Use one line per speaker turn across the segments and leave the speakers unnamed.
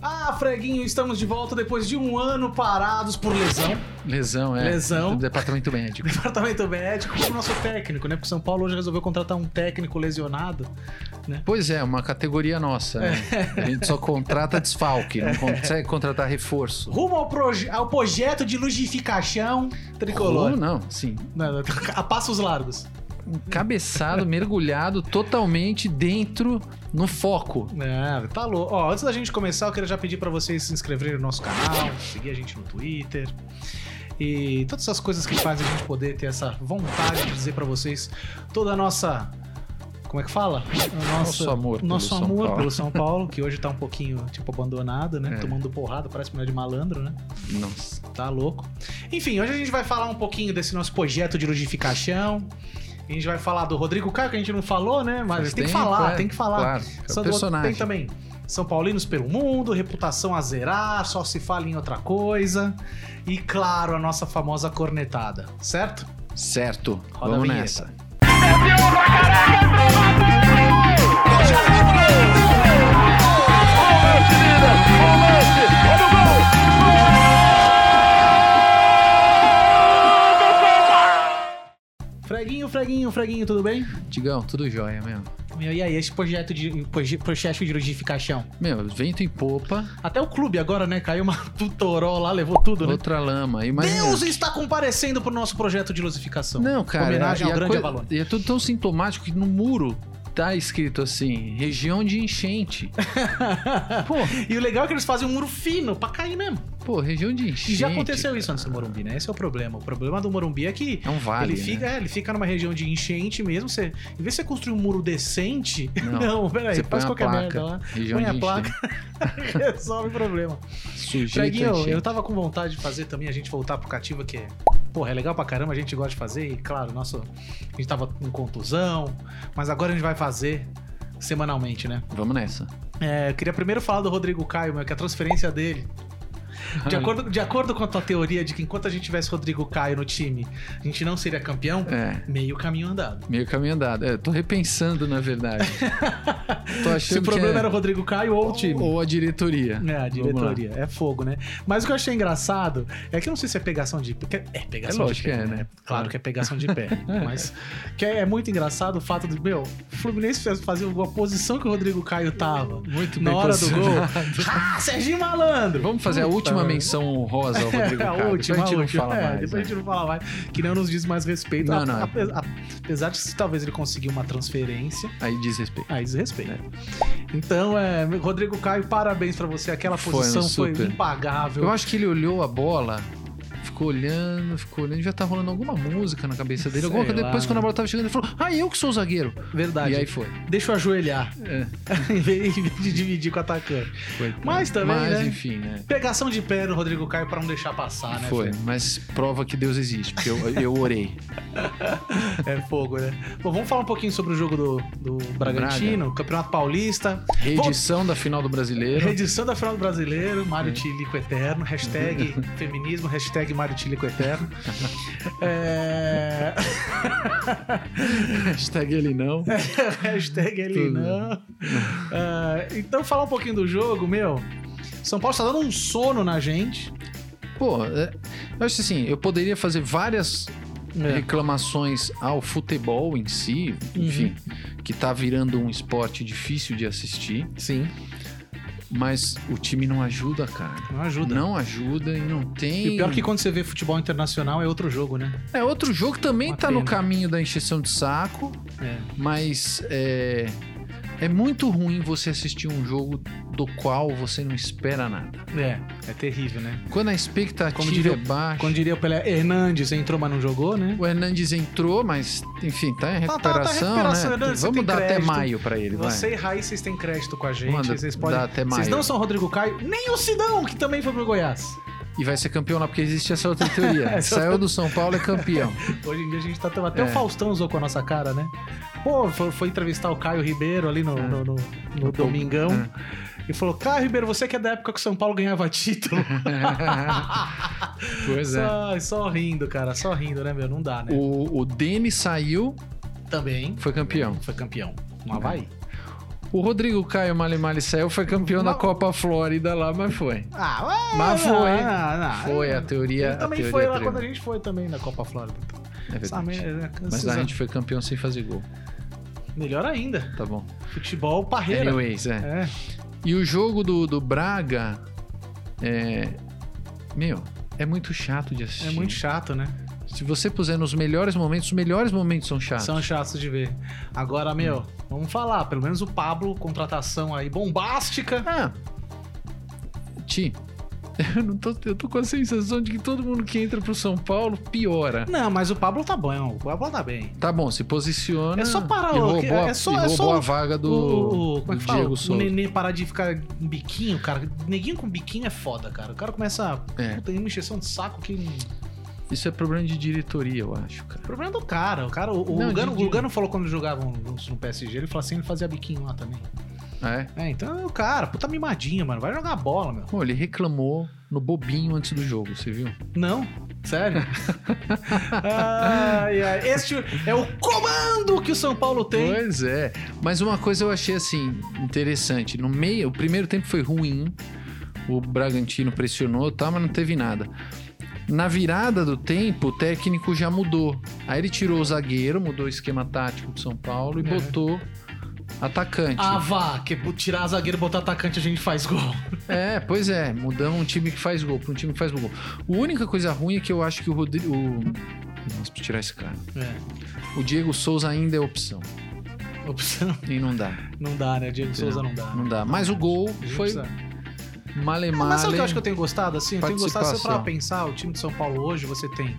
Olá, Ah, Freguinho! Estamos de volta depois de um ano parados por lesão.
Lesão, é.
Lesão.
Do departamento médico.
Departamento médico e o nosso técnico, né? Porque o São Paulo hoje resolveu contratar um técnico lesionado.
Pois é, uma categoria nossa, né?
É.
A gente só contrata desfalque, não consegue contratar reforço.
Rumo ao, proje- ao projeto de lugificação tricolor.
Ou não, sim. Um
Não, não, a passos largos.
Cabeçado, mergulhado totalmente dentro, no foco.
É, tá louco. Ó, antes da gente começar, eu queria já pedir pra vocês se inscreverem no nosso canal, seguir a gente no Twitter. E todas essas coisas que fazem a gente poder ter essa vontade de dizer pra vocês toda a nossa. Como é que fala? A nossa-
Nosso amor pelo
nosso
São
amor
Paulo.
pelo São Paulo, que hoje tá um pouquinho, tipo, abandonado, né?
É.
Tomando porrada, parece mulher de malandro, né?
Nossa.
Tá louco. Enfim, hoje a gente vai falar um pouquinho desse nosso projeto de ludificação. A gente vai falar do Rodrigo Caio, que a gente não falou, né? Mas tem
Faz
que
tempo,
falar,
é,
tem que falar.
Claro, é
Só
o
do outro-
personagem.
Tem também São Paulinos pelo mundo, reputação a zerar, só se fala em outra coisa. E claro, a nossa famosa cornetada, certo?
Certo,
Roda a
vamos
vinheta.
nessa.
Freguinho, freguinho, freguinho, tudo bem?
Digão, tudo jóia mesmo.
Meu, e aí, esse projeto de proje- projeto de ludificação?
Meu, vento em popa,
Até o clube agora, né? Caiu uma tutoró lá, levou tudo, né?
outra lama. E mais
Deus está comparecendo pro nosso projeto de luzificação.
Não, cara.
Homenagem
e
ao
a
grande
coi-
Avalon.
E é tudo tão sintomático que no muro tá escrito assim, região de enchente. pô,
E o legal é que eles fazem um muro fino pra cair mesmo.
pô, região de enchente.
E já aconteceu
cara.
isso antes do Morumbi, né? Esse é o problema. O problema do Morumbi é que
É um vale,
ele, fica,
né?
é, ele fica numa região de enchente mesmo. Você, em vez de você construir um muro decente, não,
Não.
peraí,
Você põe
faz
uma
qualquer
placa,
merda lá.
região
Põe
de
a
enchente.
placa, resolve o problema.
Sujeito a
Freguinho,
enchente.
eu tava com vontade de fazer também a gente voltar pro Cativa, que é. Porra, é legal pra caramba, a gente gosta de fazer. E claro, nosso, a gente tava com contusão, mas agora a gente vai fazer semanalmente, né?
Vamos nessa.
É, eu queria primeiro falar do Rodrigo Caio, meu, que a transferência dele de acordo, de acordo com a tua teoria de que enquanto a gente tivesse Rodrigo Caio no time, a gente não seria campeão,
É,
meio caminho andado.
meio caminho andado. É, eu tô repensando, na verdade. tô achando
Se o
que
problema
é-
era o Rodrigo Caio ou o time.
Ou a diretoria.
É, a
Vamos lá.
diretoria. É fogo, né? Mas o que eu achei engraçado é que eu não sei se é pegação de pé. É pegação
É lógico
de pé.
que é, né?
Claro que é pegação de pé. mas que é muito engraçado o fato do. Meu, o Fluminense fez- fazia uma posição que o Rodrigo Caio tava.
Muito
Na
bem
hora do gol.
posicionado.
Ah, Serginho Malandro!
Vamos fazer a
Puta
última
merda.
menção honrosa ao Rodrigo
É, a
Caio.
última,
Depois a gente
a
não
última.
fala
É,
mais.
depois a
né?
gente não fala mais. Que não nos diz mais respeito.
Não,
a-
não.
ape- a- Apesar de que talvez ele conseguiu uma transferência,
Aí diz respeito.
aí desrespeito. Ah,
É.
Então, é, Rodrigo Caio, parabéns pra você. Aquela
Foi,
posição
um
foi
super. Eu
impagável.
acho que ele olhou a bola, ficou olhando, ficou olhando, já tá rolando alguma música na cabeça dele. Alguma
Sei
coisa.
lá,
Depois,
né? Tá,
quando a bola tava chegando, ele falou: Ah, eu que sou o zagueiro.
Verdade.
E aí foi.
Deixa eu ajoelhar.
É,
em vez de dividir com o atacante.
foi.
Mas também,
Mas,
né?
enfim, né?
Pegação de pé no Rodrigo Caio pra não deixar passar, né?
Foi, mas prova que Deus existe, porque eu, eu orei.
É fogo, né? Bom, vamos falar um pouquinho sobre o jogo do, do Bragantino, Campeonato Paulista.
Reedição da final do brasileiro.
Redição da final do brasileiro,
É.
Mário Tilico Eterno, hashtag feminismo, hashtag Mário Tilico Eterno. É,
Hashtag ele não.
hashtag ele
Tudo.
não. É, Então, falar um pouquinho do jogo, meu. São Paulo está dando um sono na gente.
Pô, é, eu acho assim, eu poderia fazer várias
É.
reclamações ao futebol em si, enfim, que tá virando um esporte difícil de assistir,
Sim.
mas o time não ajuda, cara.
Não ajuda.
Não ajuda e não tem.
E o pior é que quando você vê futebol internacional é outro jogo, né?
É outro jogo que também
Uma
tá no
pena.
caminho da encheção de saco,
É.
mas é. É muito ruim você assistir um jogo do qual você não espera nada.
É, é terrível, né?
Quando a expectativa
Como diria-
é baixa.
Quando diria o Pelé, Hernandes entrou, mas não jogou, né?
O Hernandes entrou, mas, enfim, tá em
Tá, tá, tá em
recuperação,
recuperação,
né?
Hernandes, você tem
Vamos dar até
crédito.
maio pra ele, vai.
Você e Raiz, vocês têm crédito com a gente.
Manda-
vocês podem.
dá até
Vocês
maio.
não são Rodrigo Caio, nem o Sidão, que também foi pro Goiás.
E vai ser campeão lá, porque existe essa outra teoria. Saiu do São Paulo, é campeão.
Hoje em dia a gente tá tendo até o
É.
Faustão usou com a nossa cara, né? Pô, foi, foi entrevistar o Caio Ribeiro ali no, no, no- É. no
No
Domingão.
É.
E falou: Caio Ribeiro, você que é da época que o São Paulo ganhava título.
pois é.
Ai, só rindo, cara, só rindo, né, meu? Não dá, né?
O, o Denis saiu,
Também
foi campeão.
foi campeão no Um Havaí.
O Rodrigo Caio Malemali saiu, foi campeão
Não.
da Copa Flórida lá, mas foi.
Ah, mas,
Mas foi.
Ah, não, não.
Foi a teoria.
Ele
a
também
teoria
foi lá
treva.
quando a gente foi também na Copa Flórida. Então,
É
essa
verdade.
merda, né?
Mas lá a gente foi campeão sem fazer gol.
Melhor ainda.
Tá bom.
Futebol parreira.
Anyways, é.
É.
E o jogo do, do Braga é. Meu, é muito chato de assistir.
É muito chato, né?
Se você puser nos melhores momentos, os melhores momentos são chatos.
São chatos de ver. Agora, meu, vamos falar. Pelo menos o Pablo, contratação aí bombástica.
Ah. Ti. Eu, não tô, eu tô com a sensação de que todo mundo que entra pro São Paulo piora.
Não, mas o Pablo tá bom. O Pablo tá bem.
Tá bom, se posiciona.
É só parar
e
o-
roubou, a-
é só-
e
é
roubou
só
a vaga do,
o, o- como é
do
que fala?
Diego
O
Souza.
nenê parar de ficar em biquinho, cara. Neguinho com biquinho é foda, cara. O cara começa a.
É.
Puta, uma encheção de saco que.
Isso é problema de diretoria, eu acho, cara.
O problema é do cara. O cara, o, o
Não,
Lugano,
de- de-
o Lugano falou quando jogavam juntos no PSG, ele falou assim, ele fazia biquinho lá também.
Ah, É.
É, então é o cara, puta mimadinha, mano. Vai jogar bola, meu.
Pô, ele reclamou no bobinho antes do jogo, você viu?
Não, sério. ai, ai. Este é o comando que o São Paulo tem.
Pois é. Mas uma coisa eu achei assim interessante. No meio, o primeiro tempo foi ruim. O Bragantino pressionou, e tal, mas não teve nada. Na virada do tempo, o técnico já mudou. Aí ele tirou o zagueiro, mudou o esquema tático do São Paulo e
É.
botou atacante.
Ah, vá, que bo- tirar zagueiro e botar atacante a gente faz gol.
É, pois é, mudamos um time que faz gol para um time que faz gol. A única coisa ruim é que eu acho que o Rodrigo. O... Nossa, pra tirar esse cara.
É,
O Diego Souza ainda é opção.
opção
E não dá.
não dá, né? Diego Souza não dá.
Não dá. Mas o gol
A gente
foi
precisa.
malemale.
Mas sabe o que eu acho que eu tenho gostado? Assim, eu tenho gostado, se eu
Participação.
parar pra pensar, o time de São Paulo hoje, você tem.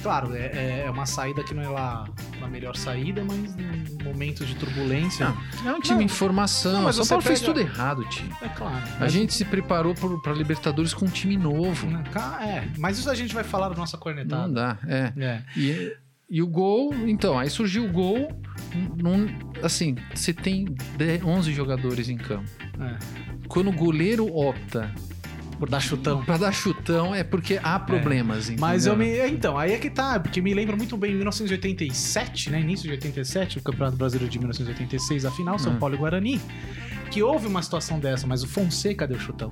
Claro, é, é- é uma saída que não é lá a melhor saída, mas em momentos de turbulência.
É um time
Não.
em formação.
Não, mas
São
você
Paulo fez
pega-
tudo errado, time.
É claro.
A gente se preparou pro, pra Libertadores com um time novo.
Na ca- É, mas isso a gente vai falar da nossa
Não
cornetada.
dá, é.
É.
E, e o gol, então, aí surgiu o gol. num- assim, você tem 10, 11 jogadores em campo.
é.
Quando o goleiro opta
Por dar chutão.
pra dar chutão, é porque há problemas,
Mas eu
entendeu?
me. é, Então, aí é que tá, porque me lembra muito bem 1987, né? Início de 87, o Campeonato Brasileiro de 1986, a final, São
Hum.
Paulo e Guarani. Que houve uma situação dessa, mas o Fonseca deu chutão.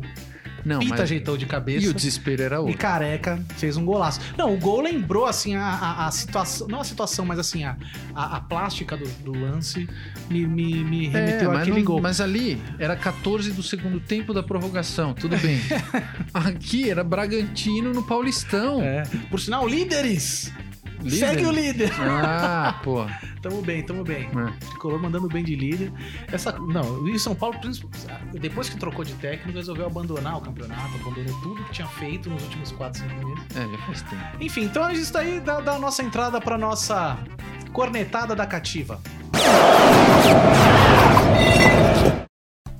Não,
Pita
mas-
ajeitou de cabeça.
E o desespero era
E
outro.
careca fez um golaço. Não, o gol lembrou, assim, a, a- a situação. Não a situação, mas assim, a, a, a plástica do, do lance me, me, me remeteu
É, mas,
àquele
não-
gol.
mas ali era 14 do segundo tempo da prorrogação, tudo bem. Aqui era Bragantino no Paulistão.
É. Por sinal, líderes!
Líder?
Segue o líder!
Ah, pô.
Tamo bem, tamo bem.
É.
Tricolor mandando bem de líder. Essa, não, e o São Paulo, princip- depois que trocou de técnico, resolveu abandonar o campeonato, abandonou tudo que tinha feito nos últimos 4, 5 meses.
É, já faz tempo.
Enfim, então isso daí dá, dá a nossa entrada pra nossa cornetada da cativa.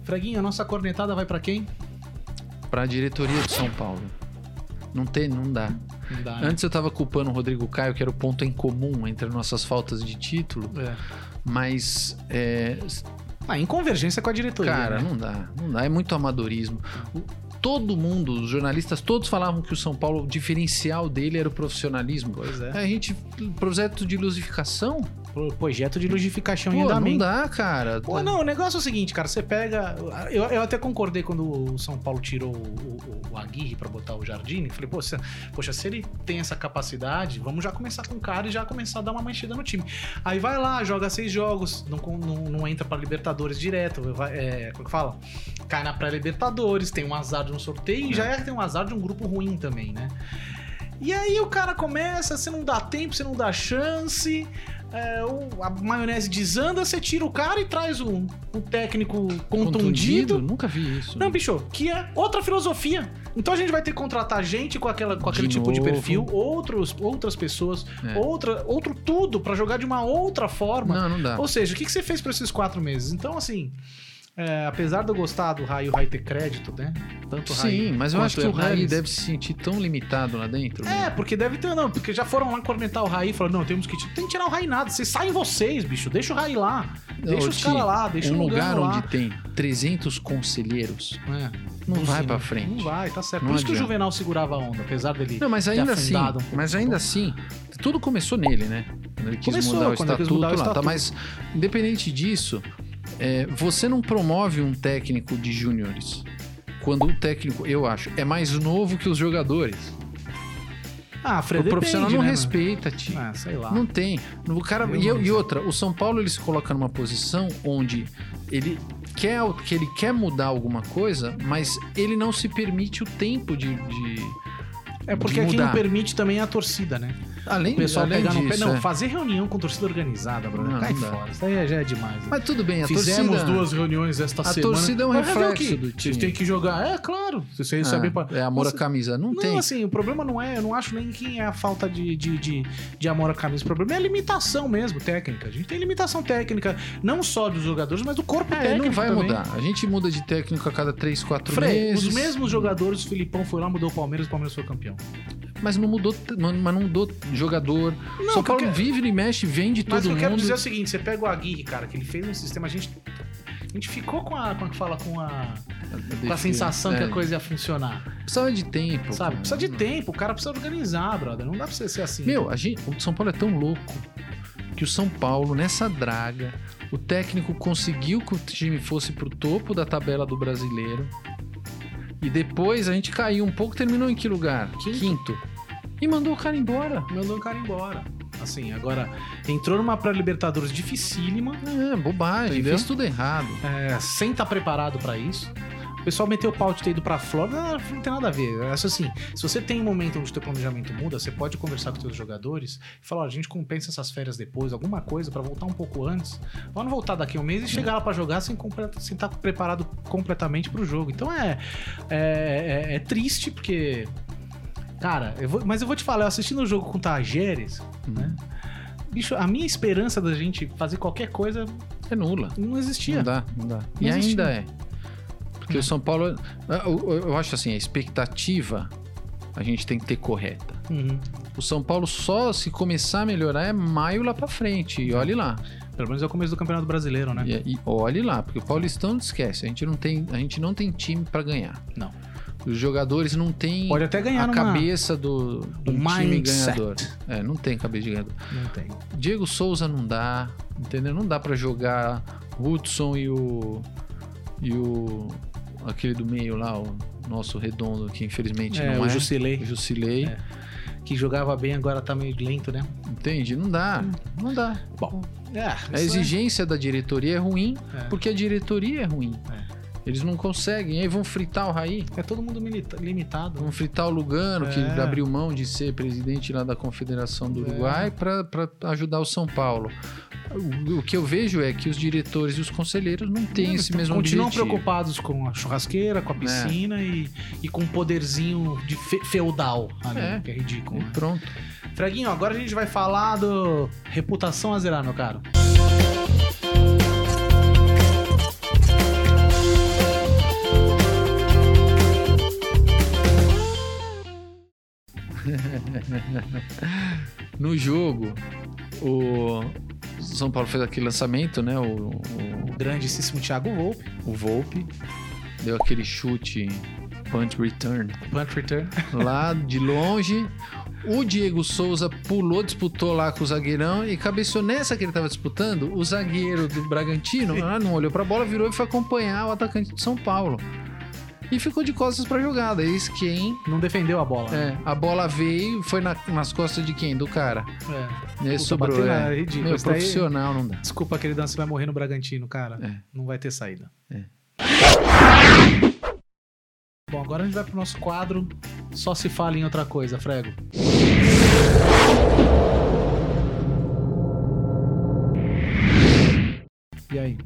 Freguinho, a nossa cornetada vai pra quem?
Pra diretoria do São Paulo. Não tem, não dá.
Não dá, né?
Antes eu tava culpando o Rodrigo Caio, que era o ponto em comum entre nossas faltas de título,
É.
mas é,
Ah, em convergência com a diretoria.
Cara,
né?
não dá, não dá. É muito amadorismo. O- todo mundo, os jornalistas, todos falavam que o São Paulo, o diferencial dele era o profissionalismo.
Pois é.
A gente, projeto de lusificação?
Pro- Projeto de ludificação em
Pô, não
um andamento.
dá, cara.
Pô, não, o negócio é o seguinte, cara, você pega. Eu, eu até concordei quando o São Paulo tirou o, o- o Aguirre pra botar o Jardine. Falei, pô, se- poxa, se ele tem essa capacidade, vamos já começar com o cara e já começar a dar uma mexida no time. Aí vai lá, joga seis jogos, não, con- não, não entra pra Libertadores direto, vai- é, como que fala? Cai na pré-Libertadores, tem um azar de um sorteio e já é que tem um azar de um grupo ruim também, né? E aí o cara começa, você não dá tempo, você não dá chance. É, o- a maionese desanda, você tira o cara e traz um, um técnico contundido.
Nunca vi isso.
Não, bicho, que é outra filosofia. Então a gente vai ter que contratar gente com, aquela, com aquele
De
tipo de
novo.
perfil, outros, outras pessoas,
É.
outra, outro tudo pra jogar de uma outra forma.
Não, não dá.
Ou seja, o que, que você fez pra esses quatro meses? Então, assim, é, apesar de eu gostar do Raio Raio ter crédito, né? Tanto o
Sim,
Raí
mas eu
quanto
acho que o Raí
Hernanes.
deve se sentir tão limitado lá dentro. né?
É, porque deve ter, não, porque já foram lá cornetar o Raí e falaram, não, temos que tirar. Tem que tirar o Raí nada, vocês saem vocês, bicho, deixa o Raí lá. Deixa os caras lá, deixa
um
o
lugar
Lugano lá.
onde tem 300 conselheiros
É,
não vai
sim,
pra frente.
Não vai, tá certo.
Não
Por isso que o
adianta.
Juvenal segurava a onda, apesar dele.
Não, mas
ter
ainda assim,
afundado um pouco,
mas
tá
ainda
bom?
assim, tudo começou nele, né? Quando ele quis
Começou,
mudar o
quando ele
estatuto
quis mudar o
lá, tá?
estatuto.
Mas independente disso, É, você não promove um técnico de júniores quando o técnico, eu acho, é mais novo que os jogadores.
Ah, Fred,
o profissional não
né, mano?
respeita, tio.
Ah, sei lá.
Não tem. O cara,
Eu
e, eu-
não
e
sei.
outra, o São Paulo ele se coloca numa posição onde ele quer, o- que ele quer mudar alguma coisa, mas ele não se permite o tempo de. de-
É porque
de
aqui
mudar.
não permite também a torcida, né?
além,
O pessoal
além
pegar no pé.
disso,
Não,
é.
fazer reunião com torcida organizada, brother.
Não,
cai
não dá.
fora. Isso aí já é demais. né?
Mas tudo bem, a
Fizemos
torcida.
duas reuniões esta
a
semana.
torcida é um
Mas vai ver o
reflexo
que?
do
Vocês
time.
têm que jogar. É, claro.
Ah,
Vocês sabem pra-
é amor à
Você-
camisa. Não,
Não,
tem.
assim, o problema não é, eu não acho nem quem é a falta de, de, de, de amor à camisa. O problema é a limitação mesmo, técnica. A gente tem limitação técnica, não só dos jogadores, mas do corpo
É,
técnico.
não vai
também.
mudar. A gente muda de técnico a cada 3, 4
Frei,
meses.
os mesmos jogadores, o Filipão foi lá, mudou o Palmeiras, o Palmeiras foi campeão.
Mas não mudou, mano, mas não mudou jogador.
Não,
São
que eu
Paulo
quero-
vive e mexe, vende todo
Mas o que eu
mundo.
quero dizer é o seguinte: você pega o Aguirre, cara, que ele fez um sistema, a gente. A gente ficou com a. Como é que fala? Com a,
Ah,
com a
Defesa.
sensação que
É,
a coisa ia funcionar.
Precisava de tempo.
sabe?
cara.
Precisa de tempo, o cara precisa organizar, brother. Não dá pra você ser assim.
Meu, a gente, o São Paulo é tão louco que o São Paulo, nessa draga, o técnico conseguiu que o time fosse pro topo da tabela do brasileiro. E depois a gente caiu um pouco, terminou em que lugar?
Quinto.
E mandou o cara embora.
mandou o cara embora. Assim, agora, entrou numa pré-Libertadores dificílima,
É, bobagem,
Entendeu?
fez tudo errado.
é, sem estar preparado pra isso. O pessoal meteu o pau de ter ido pra Flórida, ah, não tem nada a ver. É só assim, se você tem um momento onde o teu planejamento muda, você pode conversar com os teus jogadores e falar, ó, a gente compensa essas férias depois, alguma coisa pra voltar um pouco antes. Vamos voltar daqui a um mês e chegar lá pra jogar sem estar sem tá preparado completamente pro jogo. Então é, é, é- é triste, porque... Cara, eu vou- mas eu vou te falar, eu assistindo o jogo com o Tajeres, né? Bicho, a minha esperança da gente fazer qualquer coisa
É nula.
não existia.
Não dá, não dá.
Não
e
existe,
ainda é. Porque o São Paulo. Eu, eu- eu acho assim, a expectativa a gente tem que ter correta.
Uhum.
O São Paulo só se começar a melhorar é maio lá pra frente. E olhe lá.
Pelo menos é o começo do Campeonato Brasileiro, né?
E, e olhe lá, porque o Paulistão não esquece. A gente não tem, a gente não tem time pra ganhar.
Não.
Os jogadores não têm
Pode até ganhar
a
numa...
cabeça do, do
um
time
mindset.
ganhador. É, não tem cabeça de ganhador.
Não tem.
Diego Souza não dá, entendeu? Não dá pra jogar Hudson e o e o aquele do meio lá, o nosso redondo que infelizmente
É,
não
o
é.
Jusilei,
Jusilei,
É. que jogava bem, agora tá meio lento, né?
entende? Não dá,
Hum.
não dá.
Bom, É,
A exigência da diretoria é ruim,
É.
porque a diretoria é ruim. Eles não conseguem, aí vão fritar o Raí,
é todo mundo milita- limitado.
vão fritar o Lugano, que
É.
abriu mão de ser presidente lá da Confederação do
É.
Uruguai pra para ajudar o São Paulo. O, o que eu vejo é que os diretores e os conselheiros não têm
Eles
esse mesmo
então Continuam
objetivo. É.
preocupados com a churrasqueira, com a piscina e, e com o poderzinho de fe- feudal. ali,
É.
Que é ridículo.
E
né?
pronto.
Freguinho, agora a gente vai falar do reputação a zerar, meu caro.
No jogo, o São Paulo fez aquele lançamento, né? O,
O
o,
grandíssimo Thiago Volpe,
o Volpe deu aquele chute punt return
punt return.
lá de longe. O Diego Souza pulou, disputou lá com o zagueirão e cabeceou nessa que ele tava disputando. O zagueiro do Bragantino lá não olhou pra bola, virou e foi acompanhar o atacante do São Paulo. E ficou de costas pra jogada. Eis quem.
Não defendeu a bola. né?
É, a bola veio, foi na- nas costas de quem? Do cara.
É.
E aí
Puta,
sobrou.
bater
é.
na- é ridículo.
Meu,
Isso daí-
profissional não dá.
Desculpa, queridão, você vai morrer no Bragantino, cara.
É.
Não vai ter saída.
É.
Bom, agora a gente vai pro nosso quadro. Só se fala em outra coisa, Frego. E aí?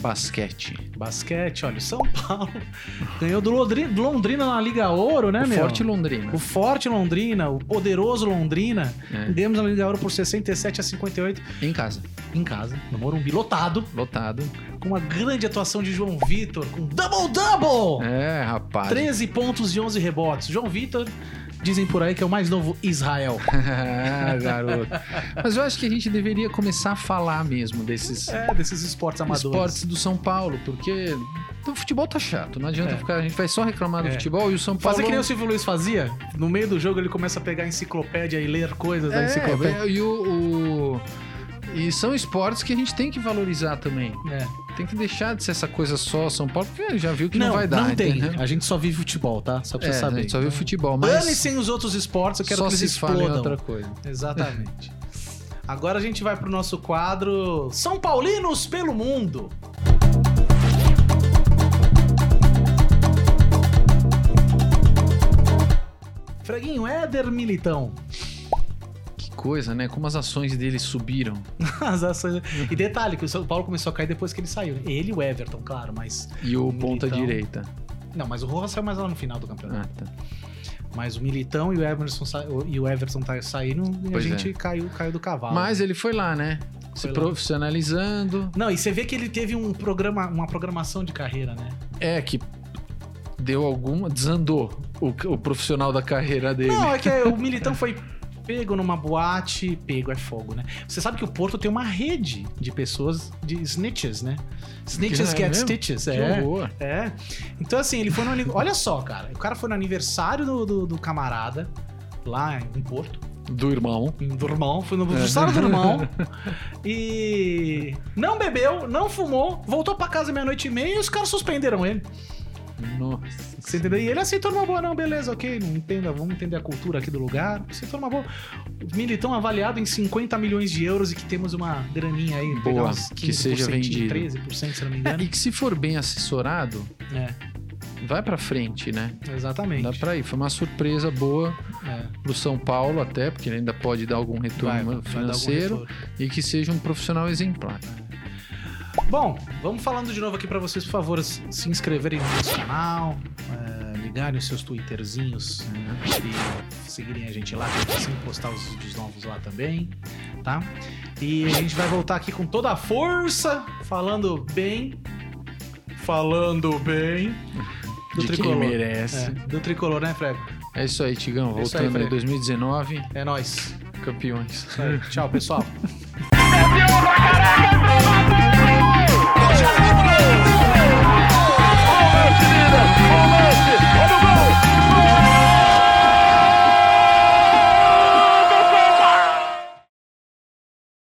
Basquete.
Basquete, olha, o São Paulo ganhou do Londri- do Londrina na Liga Ouro, né,
o
meu?
Forte Londrina.
O forte Londrina, o poderoso Londrina,
É.
demos a Liga Ouro por 67 a 58
Em casa.
em casa, no Morumbi, lotado.
Lotado.
com uma grande atuação de João Vitor, com double-double!
É, rapaz.
13 pontos e 11 rebotes. João Vitor, dizem por aí que é o mais novo Israel.
ah, garoto. Mas eu acho que a gente deveria começar a falar mesmo desses
É, desses esportes amadores.
esportes do São Paulo, porque o futebol tá chato. Não adianta
É.
ficar. A gente vai só reclamar do
É.
futebol e o São Paulo.
Fazer que nem o Silvio Luiz fazia. No meio do jogo ele começa a pegar a enciclopédia e ler coisas da
é,
enciclopédia.
e o. o- E são esportes que a gente tem que valorizar também.
É.
Tem que deixar de ser essa coisa só São Paulo, porque já viu que não,
não,
vai dar.
não tem.
É,
entendeu?
A gente só vive futebol, tá? Só pra
É,
você
a
saber.
gente só viu
Então,
futebol,
Dane
mas
sem os outros esportes, eu quero
só
que
se
eles
fala em
explodam.
outra coisa.
Exatamente. Agora a gente vai pro nosso quadro São Paulinos pelo Mundo. Freguinho Éder Militão.
Que coisa, né? Como as ações dele subiram.
As ações- E detalhe, que o São Paulo começou a cair depois que ele saiu. né? Ele e o Everton, claro, mas.
E o
Militão.
ponta direita.
Não, mas o Rojas saiu mais lá no final do campeonato.
Ah, tá.
Mas o Militão e o Everton, sa... e o Everton tá saindo e
Pois
a
é.
gente caiu, caiu do cavalo.
Mas ele foi lá, né? Se
Foi lá.
profissionalizando.
Não, e você vê que ele teve um programa, uma programação de carreira, né?
É que deu alguma. Desandou o, o profissional da carreira dele.
Não, é que o Militão foi pego numa boate, pego é fogo, né? Você sabe que o Porto tem uma rede de pessoas, de snitches, né? Snitches
Que é
get
mesmo?
stitches,
que
é.
horror.
É. Então, assim, ele foi no. ani- Olha só, cara. O cara foi no aniversário do, do, do camarada, lá em Porto,
Do irmão.
do irmão. Foi no
É.
aniversário do irmão. E. Não bebeu, não fumou, voltou pra casa meia-noite e meia e os caras suspenderam ele.
Nossa.
Você entendeu? E ele aceitou numa boa, não, beleza, ok, não entenda, vamos entender a cultura aqui do lugar. Aceitou numa boa. Militão avaliado em 50 milhões de euros e que temos uma graninha aí, pegar
Boa,
uns 15%,
que seja vendido.
13%, se não me
É,
engano.
e que se for bem assessorado,
É,
vai pra frente, né?
exatamente.
Dá pra ir. Foi uma surpresa boa
É,
pro São Paulo, até, porque ele ainda pode dar algum
vai,
retorno
vai dar algum
financeiro
retorno.
e que seja um profissional exemplar.
Bom, vamos falando de novo aqui pra vocês, por favor, se se inscreverem no nosso canal, é, ligarem os seus twitterzinhos
né?
e seguirem a gente lá, que eu sempre postar os vídeos novos lá também, tá? E a gente vai voltar aqui com toda a força, falando bem, falando bem do
de
tricolor.
quem merece.
É, do tricolor, né, Frego?
É. isso aí, Tigão.
É isso aí,
Voltando aí,
Fred.
2019,
É nóis.
campeões.
Tchau, pessoal.
Brasil pra caraca, é